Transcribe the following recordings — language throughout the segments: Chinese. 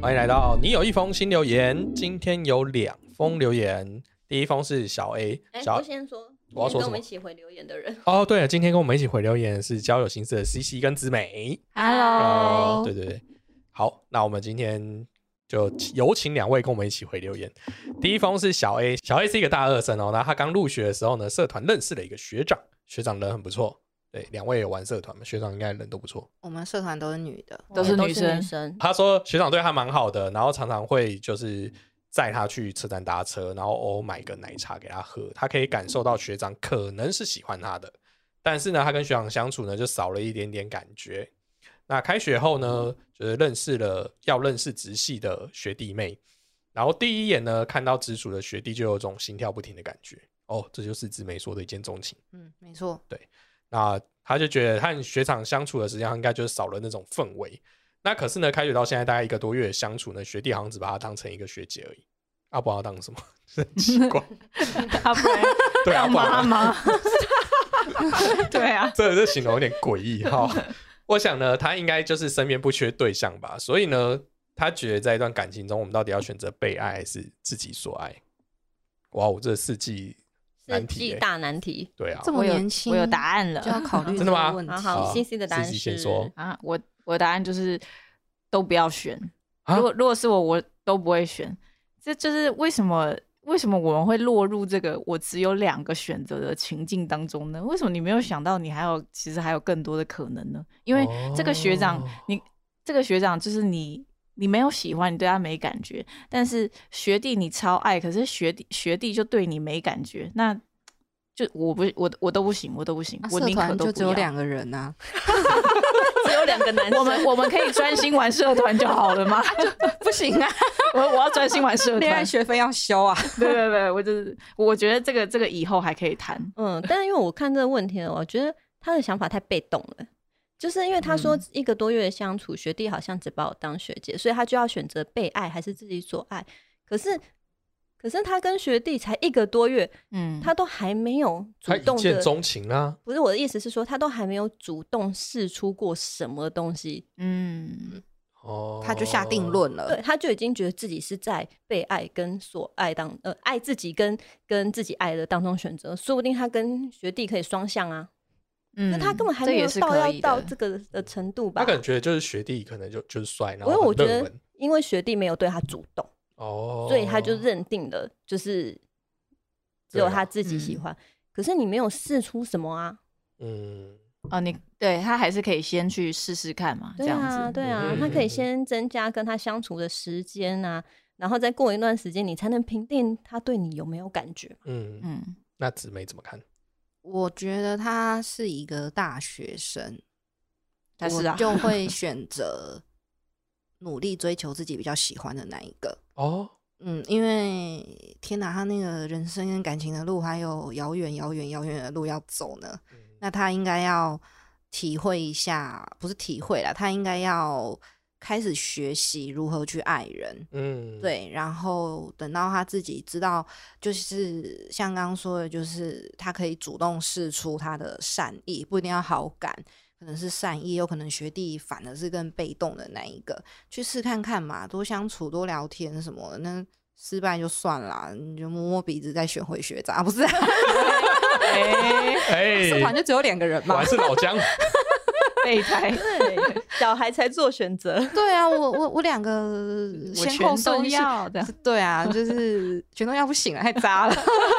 欢迎来到哦你有一封新留言，今天有两封留言，第一封是小 A，哎，小我先说，我要说今天跟什么我们一起回留言的人，哦，对了，今天跟我们一起回留言是交友心事的 CC 跟子美。哦 Hello 对对对，好，那我们今天就有请两位跟我们一起回留言。第一封是小 A，小 A 是一个大二生哦，那他刚入学的时候呢，社团认识了一个学长，学长人很不错。对，两位有玩社团吗？学长应该人都不错。我们社团都是女的，都是女生生，他说学长对他蛮好的，然后常常会就是载他去车站搭车，然后偶尔买个奶茶给他喝，他可以感受到学长可能是喜欢他的，但是呢，他跟学长相处呢就少了一点点感觉。那开学后呢，就是认识了要认识直系的学弟妹，然后第一眼呢看到直属的学弟就有种心跳不停的感觉。哦，这就是直美说的一见钟情。嗯，没错，那他就觉得和学长相处的时间应该就是少了那种氛围。那可是呢，开学到现在大概一个多月的相处呢，学弟好像只把他当成一个学姐而已，阿不知道当什么， 很奇怪。他 不然对啊，当不然妈 妈， 对啊，这这形容有点诡异哈。我想呢，他应该就是身边不缺对象吧，所以呢，他觉得在一段感情中，我们到底要选择被爱还是自己所爱？哇，我这世纪难是题、记欸，大难题。对啊，这么我有年轻我有答案了就要 考虑真的吗这 个问题好好嗯好，C C 的答案自己是先说啊！我我的答案就是都不要选。啊如果如果是我，我都不会选。这就是为什么为什么我们会落入这个我只有两个选择的情境当中呢？为什么你没有想到你还有其实还有更多的可能呢？因为这个学长，哦你这个学长就是你。你没有喜欢，你对他没感觉，但是学弟你超爱，可是学弟学弟就对你没感觉，那就我不我我都不行，我都不行，啊我社宁可团都就不只有要两个 人啊， 只有两个男生，我们我们可以专心玩社团就好了吗？不行啊， 我我要专心玩社恋爱团。学费要修啊，对对对，我就是我觉得这个这个以后还可以谈。嗯，但是因为我看这个问题呢，我觉得他的想法太被动了。就是因为他说嗯一个多月的相处，学弟好像只把我当学姐，所以他就要选择被爱还是自己所爱。可是，可是他跟学弟才一个多月，嗯，他都还没有主他一动见的，钟情啊啦、不是我的意思是说，他都还没有主动试出过什么东西，嗯哦， 他就下定论了呃对，，他就已经觉得自己是在被爱跟所爱当呃爱自己跟跟自己爱的当中选择，说不定他跟学弟可以双向啊，那、嗯，他根本还这没有也是到可要以的到这个的程度吧他？可能觉得就是学弟可能就就是帅，然因为后我很觉热得门，因为学弟没有对他主动，哦，所以他就认定了就是只有对啊他自己嗯喜欢。可是你没有试出什么啊？嗯，哦，你对他还是可以先去试试看嘛，这对样啊，子。对啊，嗯他可嗯嗯以先增加跟他相处的时间啊，然后再过一段时间，你才能评定他对你有没有感觉。嗯，嗯，那姊妹怎么看？我觉得他是一个大学生，他是啊我就会选择努力追求自己比较喜欢的那一个。哦，嗯，因为天哪，他那个人生跟感情的路还有遥远、遥远、遥远的路要走呢。那他应该要体会一下，不是体会啦，他应该要开始学习如何去爱人。嗯，，对，然后等到他自己知道，就是像刚刚说的，就是他可以主动试出他的善意，不一定要好感，可能是善意，有可能学弟反而是更被动的那一个，去试看看嘛，多相处，多聊天什么的，那失败就算啦，你就摸摸鼻子再选回学长，啊、不是、啊？哎，哎，社团就只有两个人我嘛还。是老姜，备胎， 对，小孩才做选择。对啊，我我我两个我先后全都顺序。要这样。对啊，就是全都要不行了，太渣 了，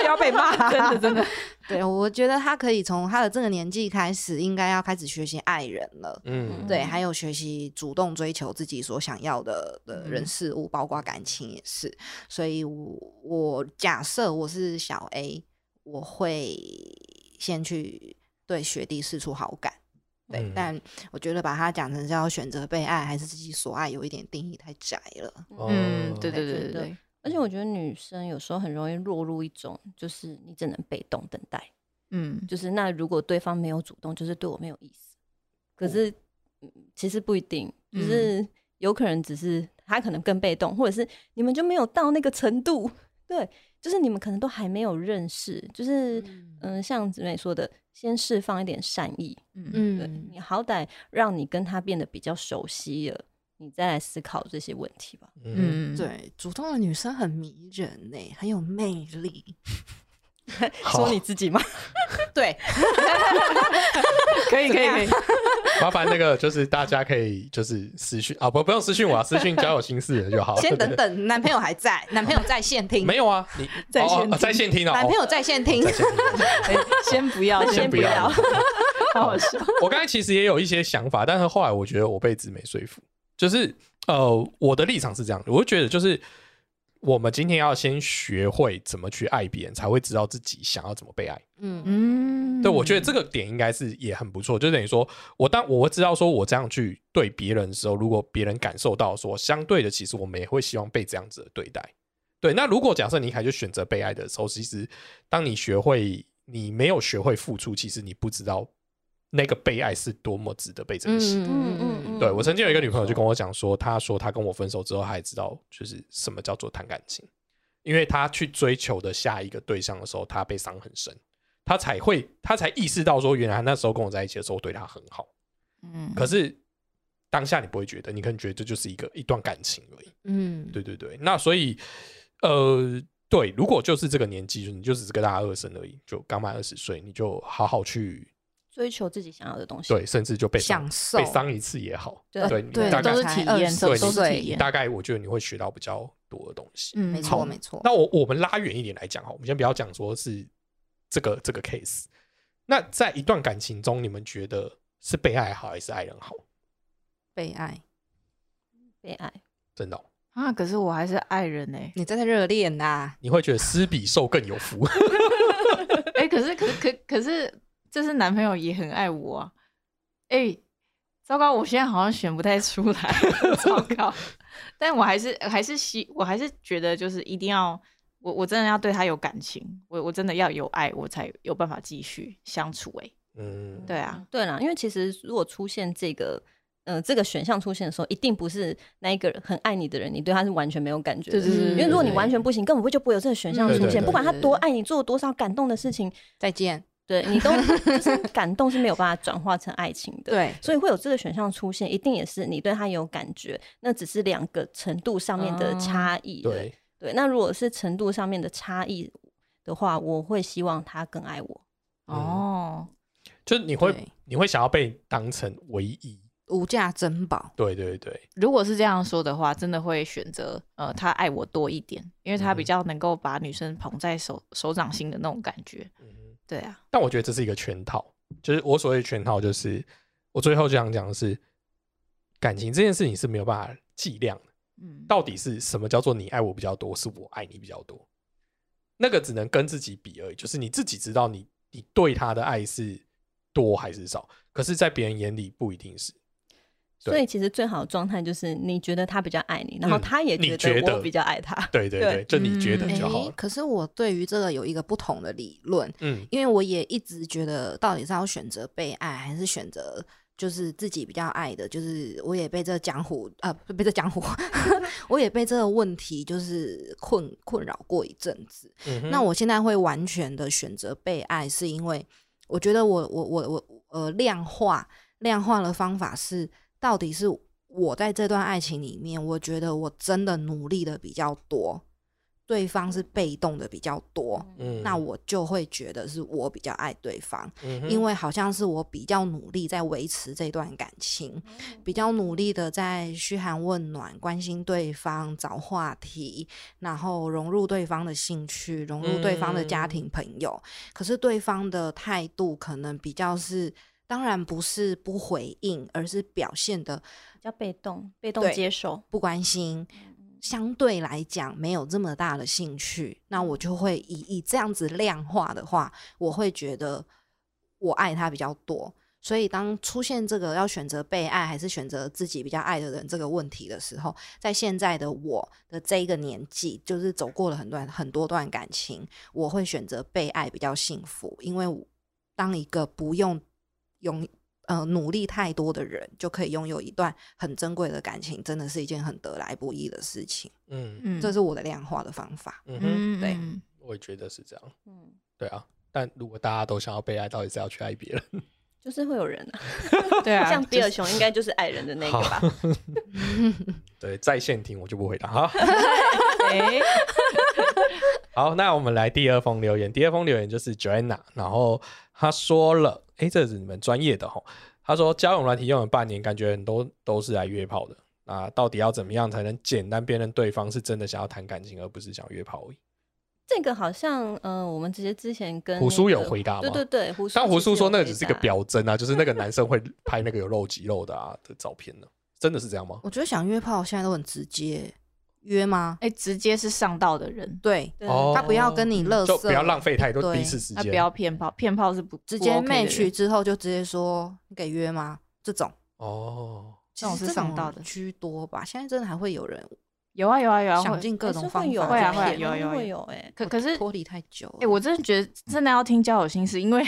又要被骂，真的真的。对，我觉得他可以从他的这个年纪开始，应该要开始学习爱人了。嗯，对，还有学习主动追求自己所想要的的人嗯事物，包括感情也是。所以我，我假设我是小 A，我会先去对学弟示出好感。对，嗯但我觉得把它讲成是要选择被爱还是自己所爱，有一点定义太窄了。哦 嗯，对对我对觉对得对，而且我觉得女生有时候很容易落入一种，就是你只能被动等待，嗯，就是那如果对方没有主动，就是对我没有意思。哦可是、嗯其实不一定，就嗯是有可能只是他可能更被动，或者是你们就没有到那个程度。对， 就是你们可能都还没有认识，就是嗯嗯、呃像子美说的，先释放一点善意，嗯对嗯，你好歹让你跟他变得比较熟悉了，你再来思考这些问题吧。嗯，嗯，对，主动的女生很迷人呢、很有魅力。好，自己吗？对， 可以可以可以，麻烦那个就是大家可以就是私讯啊，不不用私讯我啊，私讯交友心事的就好了。先等等，男朋友还 在，男朋友在线听，没有啊，你在哦线哦在线听哦，男朋哦友在线听在，线听， 先不要，先不不要要，。 好好笑。我刚才其实也有一些想法，但是后来我觉得我被子美说服，就是呃，我的立场是这样，我就觉得就是我们今天要先学会怎么去爱别人，才会知道自己想要怎么被爱。嗯，嗯，对，我觉得这个点应该是也很不错，就等于说我当我知道说我这样去对别人的时候，如果别人感受到说相对的，其实我们也会希望被这样子的对待。对，那如果假设你一开始就选择被爱的时候，其实当你学会你没有学会付出，其实你不知道那个被爱是多么值得被珍惜。嗯嗯嗯对我曾经有一个女朋友就跟我讲说，她说她跟我分手之后，她也知道就是什么叫做谈感情，因为她去追求的下一个对象的时候，她被伤很深，她才会她才意识到说，原来她那时候跟我在一起的时候对她很好，嗯，可是当下你不会觉得，你可能觉得这就是一个一段感情而已。嗯，对对对，那所以呃，对，如果就是这个年纪，你就只是个大二生而已，就刚满二十岁，你就好好去追求自己想要的东西。对，甚至就被伤享受被伤一次也好，对对，你对，大概都是才体20验岁都对都是体验大概我觉得你会学到比较多的东西。嗯没好错没错。那我我们拉远一点来讲哈，我们先不要讲说是这个这个 case。那在一段感情中，你们觉得是被爱好还是爱人好？被爱，被爱，真的哦、啊，可是我还是爱人欸呢。你真的热恋呐？你会觉得施比受更有福？哎，可是可可可是，这是男朋友也很爱我啊。哎，糟糕，我现在好像选不太出来， 糟糕。但我还是还是希，我还是觉得就是一定要。我我真的要对他有感情，我我真的要有爱，我才有办法继续相处、欸。嗯，对啊，对啦，因为其实如果出现这个。呃，这个选项出现的时候，一定不是那一个人很爱你的人，你对他是完全没有感觉的。对对对因为如果你对完全不行，根本就不会有这个选项嗯出对对现。对不管他对多爱你，做了多少感动的事情，再见。对你都就是感动是没有办法转化成爱情的。对，所以会有这个选项出现，一定也是你对他有感觉，那只是两个程度上面的哦差异。对，对，那如果是程度上面的差异的话，我会希望他更爱我。嗯哦，就是你会对你会想要被当成唯一。无价珍宝。对对对，如果是这样说的话，真的会选择呃，他爱我多一点，因为他比嗯较能够把女生捧在手手掌心的那种感觉。嗯。对啊，但我觉得这是一个圈套，就是我所谓的圈套，就是我最后就想讲的是，感情这件事情是没有办法计量的，嗯，到底是什么叫做你爱我比较多，是我爱你比较多，那个只能跟自己比而已，就是你自己知道你你对他的爱是多还是少，可是，在别人眼里不一定是，对所以其实最好的状态就是你觉得他比较爱你，然后嗯他也你觉觉得我得比较爱他。啊对对对，对就你觉得嗯就好诶了，可是我对于这个有一个不同的理论，嗯因为我也一直觉得，到底是要选择被爱，还是选择就是自己比较爱的？就是我也被这江湖啊、呃， 被这江湖，我也被这个问题就是困困扰过一阵子。嗯哼，那我现在会完全的选择被爱，是因为我觉得我我我我呃量化量化的方法是，到底是我在这段爱情里面，我觉得我真的努力的比较多，对方是被动的比较多，嗯那我就会觉得是我比较爱对方，嗯哼因为好像是我比较努力在维持这段感情，比哦较努力的在嘘寒问暖、关心对方、找话题，然后融入对方的兴趣，融入对方的嗯家庭朋友。可是对方的态度可能比较是，当然不是不回应，而是表现的比较被动，被动对接受。不关心，相对来讲没有这么大的兴趣，那我就会以以这样子量化的话，我会觉得我爱他比较多。所以当出现这个要选择被爱还是选择自己比较爱的人这个问题的时候，在现在的我的这一个年纪，就是走过了很段很多段感情，我会选择被爱比较幸福，因为我当一个不用用呃努力太多的人，就可以拥有一段很珍贵的感情，真的是一件很得来不易的事情。嗯嗯这是我的量化的方法。嗯哼。嗯对 嗯会觉得是这样，嗯，对啊。但如果大家都想要被爱，到底是要去爱别人？ 就是会有人啊，对啊， 像比尔就是熊应该就是爱人的那个吧？对，在线听我就不回答。好，哎，好，那我们来第二封留言。第二封留言就是 Joanna，然后她说了，诶，这是你们专业的吼。她说交友软体用了半年，感觉很多都是来约炮的。那到底要怎么样才能简单辨认对方是真的想要谈感情，而不是想约炮而已？ 这个好像，嗯、我们直接之前跟胡叔那有个回答吗对对对，胡叔但胡其实叔有说那个回只是个答，表征啊，就是那个男生会拍那个有露肌肉的啊的照片呢、真的是这样吗？我觉得想约炮现在都很直接，约吗？哎，直接是上道的人，对，对哦他不要跟你乐就色，不要浪费太多对彼此时他间，不要骗炮，骗炮是不直不接 OK 的人 match 之后就直接说你给约吗？这种哦。这种其实是上道的居多吧。现在真的还会有人有啊有啊有啊，想会尽各种还是方会有法会啊去会啊骗有啊有啊会有有哎、可可是脱离太久了。哎，我真的觉得真的要听交友心事，因为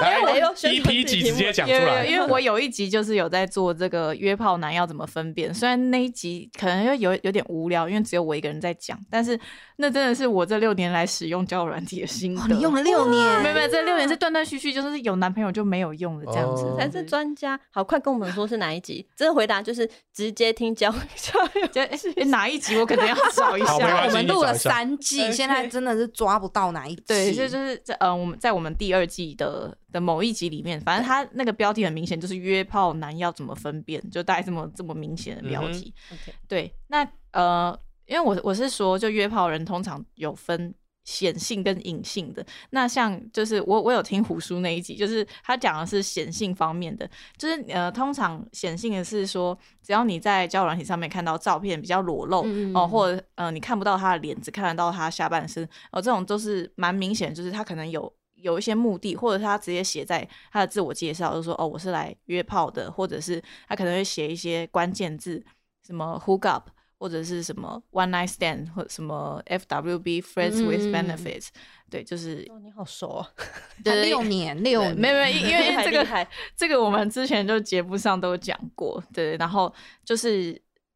来哎呦选一择自己 P 几直听接我讲出有有来，有因为我有一集就是有在做这个约炮男要怎么分辨，虽然那一集可能又有有点无聊，因为只有我一个人在讲，但是那真的是我这六年来使用交友软体的心得。哦，你用了六没有年，没有，这六年是断断续续，就是有男朋友就没有用的这样子，哦才是专家。好，快跟我们说是哪一集？这个回答就是直接听教教育 就哎哎哪一集我可能要找一好没下关我系。们你录找了一下三季， OK 现在真的是抓不到哪一季。对，这就是在呃，我们在我们第二季的的某一集里面，反正他那个标题很明显，就是约炮男要怎么分辨，就大概这么这么明显的标嗯哼题。 OK 对，那呃，因为我我是说，就约炮人通常有分。显性跟隐性的，那像就是我我有听胡叔那一集，就是他讲的是显性方面的，就是呃，通常显性的是说，只要你在交友软体上面看到照片比较裸露，嗯哦，或者呃，你看不到他的脸，只看得到他下半身，哦，这种都是蛮明显，就是他可能有有一些目的，或者是他直接写在他的自我介绍，就说哦，我是来约炮的，或者是他可能会写一些关键字，什么 hook up。或者是什么 one night stand 或什么 FWB friends with 嗯嗯嗯 benefits，、对，就是哦，你好熟 哦，他六年六对年，没有没有，因为因 为还这厉个害这个我们之前就节目上都有讲过，对。然后就是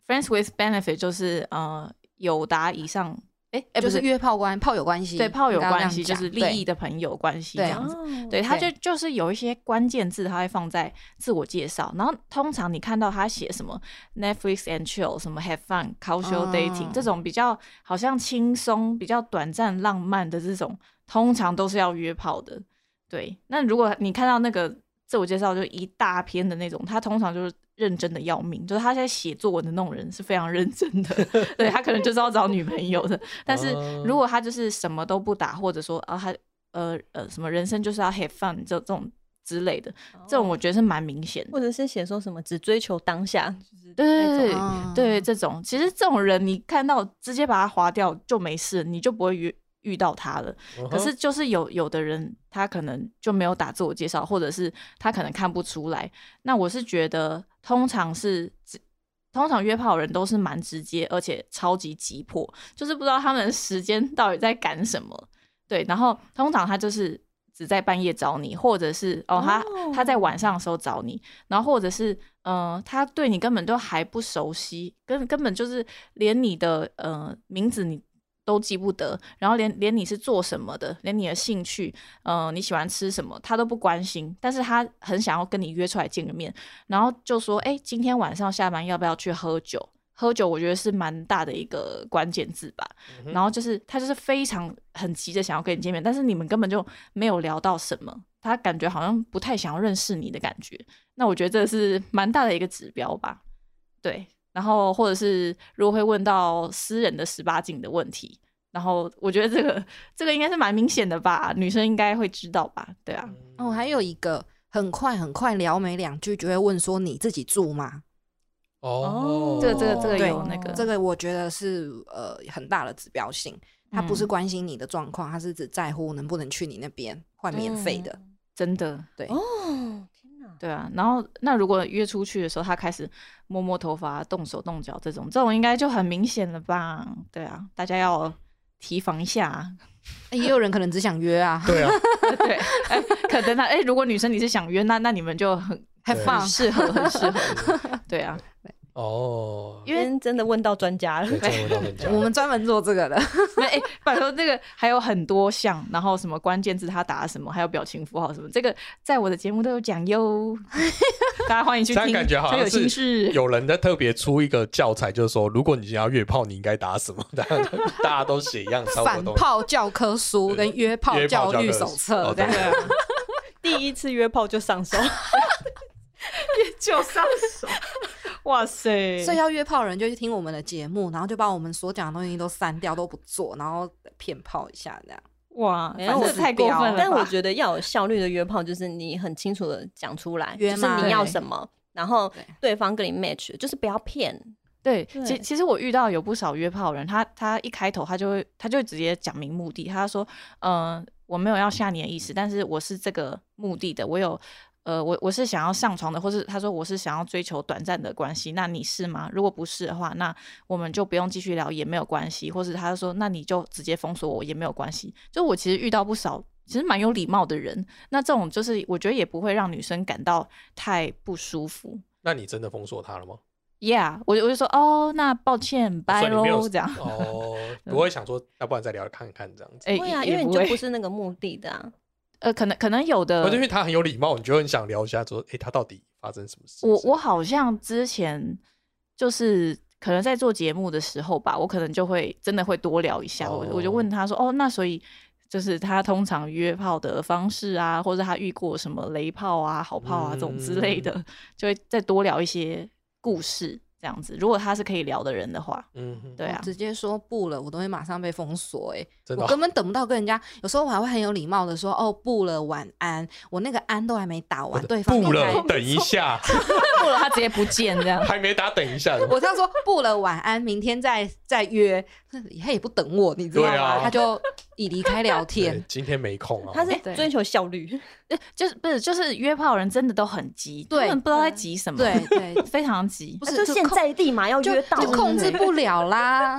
friends with benefit，就是呃友达以上，哎、哎、就不是是约炮关炮友关系，对炮友应该要这关样系，就讲是利益。的朋友关系这对样子。哦对，他对就就是有一些关键字，他会放在自我介绍，然后通常你看到他写什么 Netflix and chill，什么 have fun、casual dating、嗯这种比较好像轻松、比较短暂、浪漫的这种，通常都是要约炮的。对，那如果你看到那个自我介绍就一大篇的那种，他通常就是认真的要命，就是他在写作文的那种人是非常认真的， 对他可能就是要找女朋友的。但是哦如果他就是什么都不打，或者说啊他呃呃什么人生就是要 have fun 这这种之类的，这种我觉得是蛮明显的。哦或者是写说什么只追求当下，就是对对那种哦对嗯对，这种其实这种人你看到直接把他划掉就没事，你就不会遇遇到他了。嗯哼可是就是有有的人他可能就没有打自我介绍，或者是他可能看不出来。那我是觉得通常是直。通常约炮的人都是蛮直接，而且超级急迫，就是不知道他们时间到底在赶什么。对，然后通常他就是只在半夜找你，或者是哦，他哦他在晚上的时候找你，然后或者是嗯、呃他对你根本都还不熟悉，根根本就是连你的呃名字你都记不得，然后连连你是做什么的，连你的兴趣，呃，你喜欢吃什么，他都不关心，但是他很想要跟你约出来见个面，然后就说，哎、今天晚上下班要不要去喝酒？喝酒我觉得是蛮大的一个关键字吧。嗯哼然后就是他就是非常很急着想要跟你见面，但是你们根本就没有聊到什么，他感觉好像不太想要认识你的感觉。那我觉得这是蛮大的一个指标吧。对，然后或者是如果会问到私人的十八禁的问题，然后我觉得这个这个应该是蛮明显的吧，女生应该会知道吧？对嗯啊，哦，还有一个很快很快聊没两句就会问说你自己住吗？哦，这个这个这个对有那个这个我觉得是呃很大的指标性，他不是嗯关心你的状况，他是只在乎能不能去你那边换免费嗯的。真的对。哦，天哪！对啊，然后那如果约出去的时候，他开始摸摸头发、动手动脚这种，这种应该就很明显了吧？对啊，大家要提防一下啊。欸也有人可能只想 约啊对啊，对，哎可能他哎，如果女生你是想约，那那你们就很，have 对很 fun。适合，很适合。对啊，哦，因为今天真的问到专家了对，，这个问到人家我们专门做这个的，那哎，拜托，这个还有很多项，然后什么关键字他打什么，还有表情符号什么，这个在我的节目都有讲哟，大家欢迎去这听。样感觉好这有像心是事，有人在特别出一个教材，就是说，如果你想要约炮，你应该打什么？ 大家都大家都写一样，差不反多炮教科书跟约炮约炮教育教科手书册哦这样对。第一次约炮就上 手，就上手，哇塞！所以要约炮的人就去听我们的节目，然后就把我们所讲的东西都删掉，都不做，然后骗炮一下这样。哇，没反有正我这指太过标分了吧。但我觉得要有效率的约炮，就是你很清楚的讲出来，约就是嘛你要对什么，然后对对方跟你 match，就是不要骗。对，对其其实我遇到有不少约炮人，他他一开头他就会他就直接讲明目的，他说，呃，我没有要吓你的意思，但是我是这个目的的，我有，呃，我我是想要上床的，或是他说我是想要追求短暂的关系，那你是吗？如果不是的话，那我们就不用继续聊，也没有关系，或是他说那你就直接封锁我也没有关系，就我其实遇到不少。其实蛮有礼貌的人，那这种就是我觉得也不会让女生感到太不舒服。那你真的封锁他了吗？ Yeah，我就我就说哦，那抱歉，拜所以你没有喽，这样。 哦，不会想说，要不然再聊看看这样子。哎对啊，也因为也你不就会不是那个目的的啊。呃，可能可能有的或，者因为他很有礼貌，你就很想聊一下，说，哎，他到底发生什么事？我我好好像之前就是可能在做节目的时候吧，我可能就会真的会多聊一下，我我就哦问他说，哦，那所以就是他通常约炮的方式啊，或者他遇过什么雷炮啊、好炮啊这种之类的，嗯就会再多聊一些故事这样子。如果他是可以聊的人的话，嗯哼，对啊，哦哦直接说不了，我都会马上被封锁、欸。真的哦 我根本等不到跟人家，有时候我还会很有礼貌的说哦不了，晚安。我那个安都还没打完，对方不就开了，等一下， 或者他直接不见这样。还没打，等一下， 我这样说不了，晚安，明天再再约。他也不等我，你知道对吗？啊他就已离开对聊天，，今天没哦空啊。他是哎对追求效率，呃就是不是就是约炮人真的都很急，他对们不知道在急什么，对 对，非常急不。是就就现控在立马要就约到，就控制不了 啦。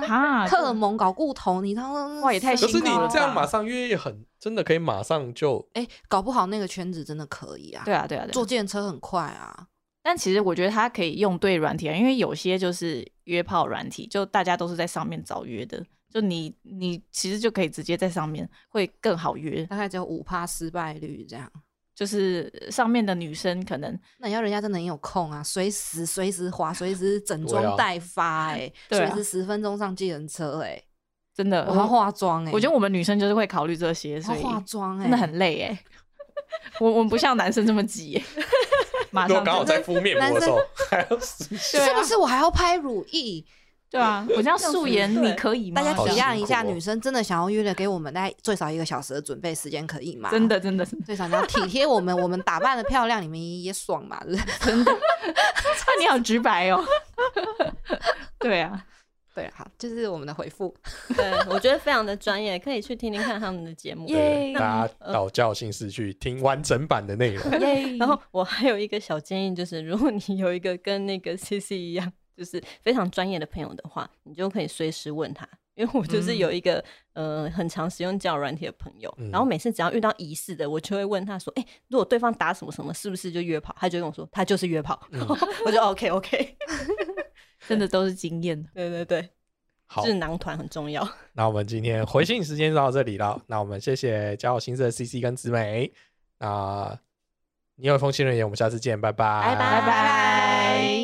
哈，荷尔蒙搞固酮，你知道吗？哇也太可是辛你苦了这样吧马上约也很，真的可以马上就哎、搞不好那个圈子真的可以啊。对啊，对啊，对啊坐电车很快啊。但其实我觉得它可以用对软体啊，因为有些就是约炮软体，就大家都是在上面找约的，就你你其实就可以直接在上面会更好约，大概只有五趴失败率这样。就是上面的女生可能那要人家真的很有空啊，随时随时滑，随时整对装啊待发、欸， 对哎、啊随时十分钟上计程车、欸，真的哎，我要化妆、欸，哎，我觉得我们女生就是会考虑这些，我所要以化妆、欸，真的很累哎、我我们不像男生这么急耶、 马如上果刚好就在敷面膜的时候，还要死对啊是不是？我还要拍乳液，对啊，我这样素颜对你可以吗？大家好体辛谅一下，苦哦女生真的想要约的，给我们大概最少一个小时的准备时间，可以吗？真。的真的 真的， 最少你要体贴我们，我们打扮的漂亮，你们也爽嘛，对不 对？你好直白哦。 对啊，对，好，就是我们的回复。对，我觉得非常的专业，可以去听听看他们的节目。对大家到教性室去听完整版的内容。 耶然后我还有一个小建议，就是如果你有一个跟那个 CC 一样，就是非常专业的朋友的话，你就可以随时问他。因为我就是有一个、呃很常使用交友软体的朋友，嗯然后每次只要遇到疑似的，我就会问他说：“哎、如果对方打什么什么，是不是就约炮？”他就跟我说：“他就是约炮。嗯 我就 OK OK，真的都是经验。对对对，好，智囊团很重要。那我们今天回信时间就到这里了。那我们谢谢交友新社的 CC 跟子美。那你有一封信留言，我们下次见，拜拜，拜拜。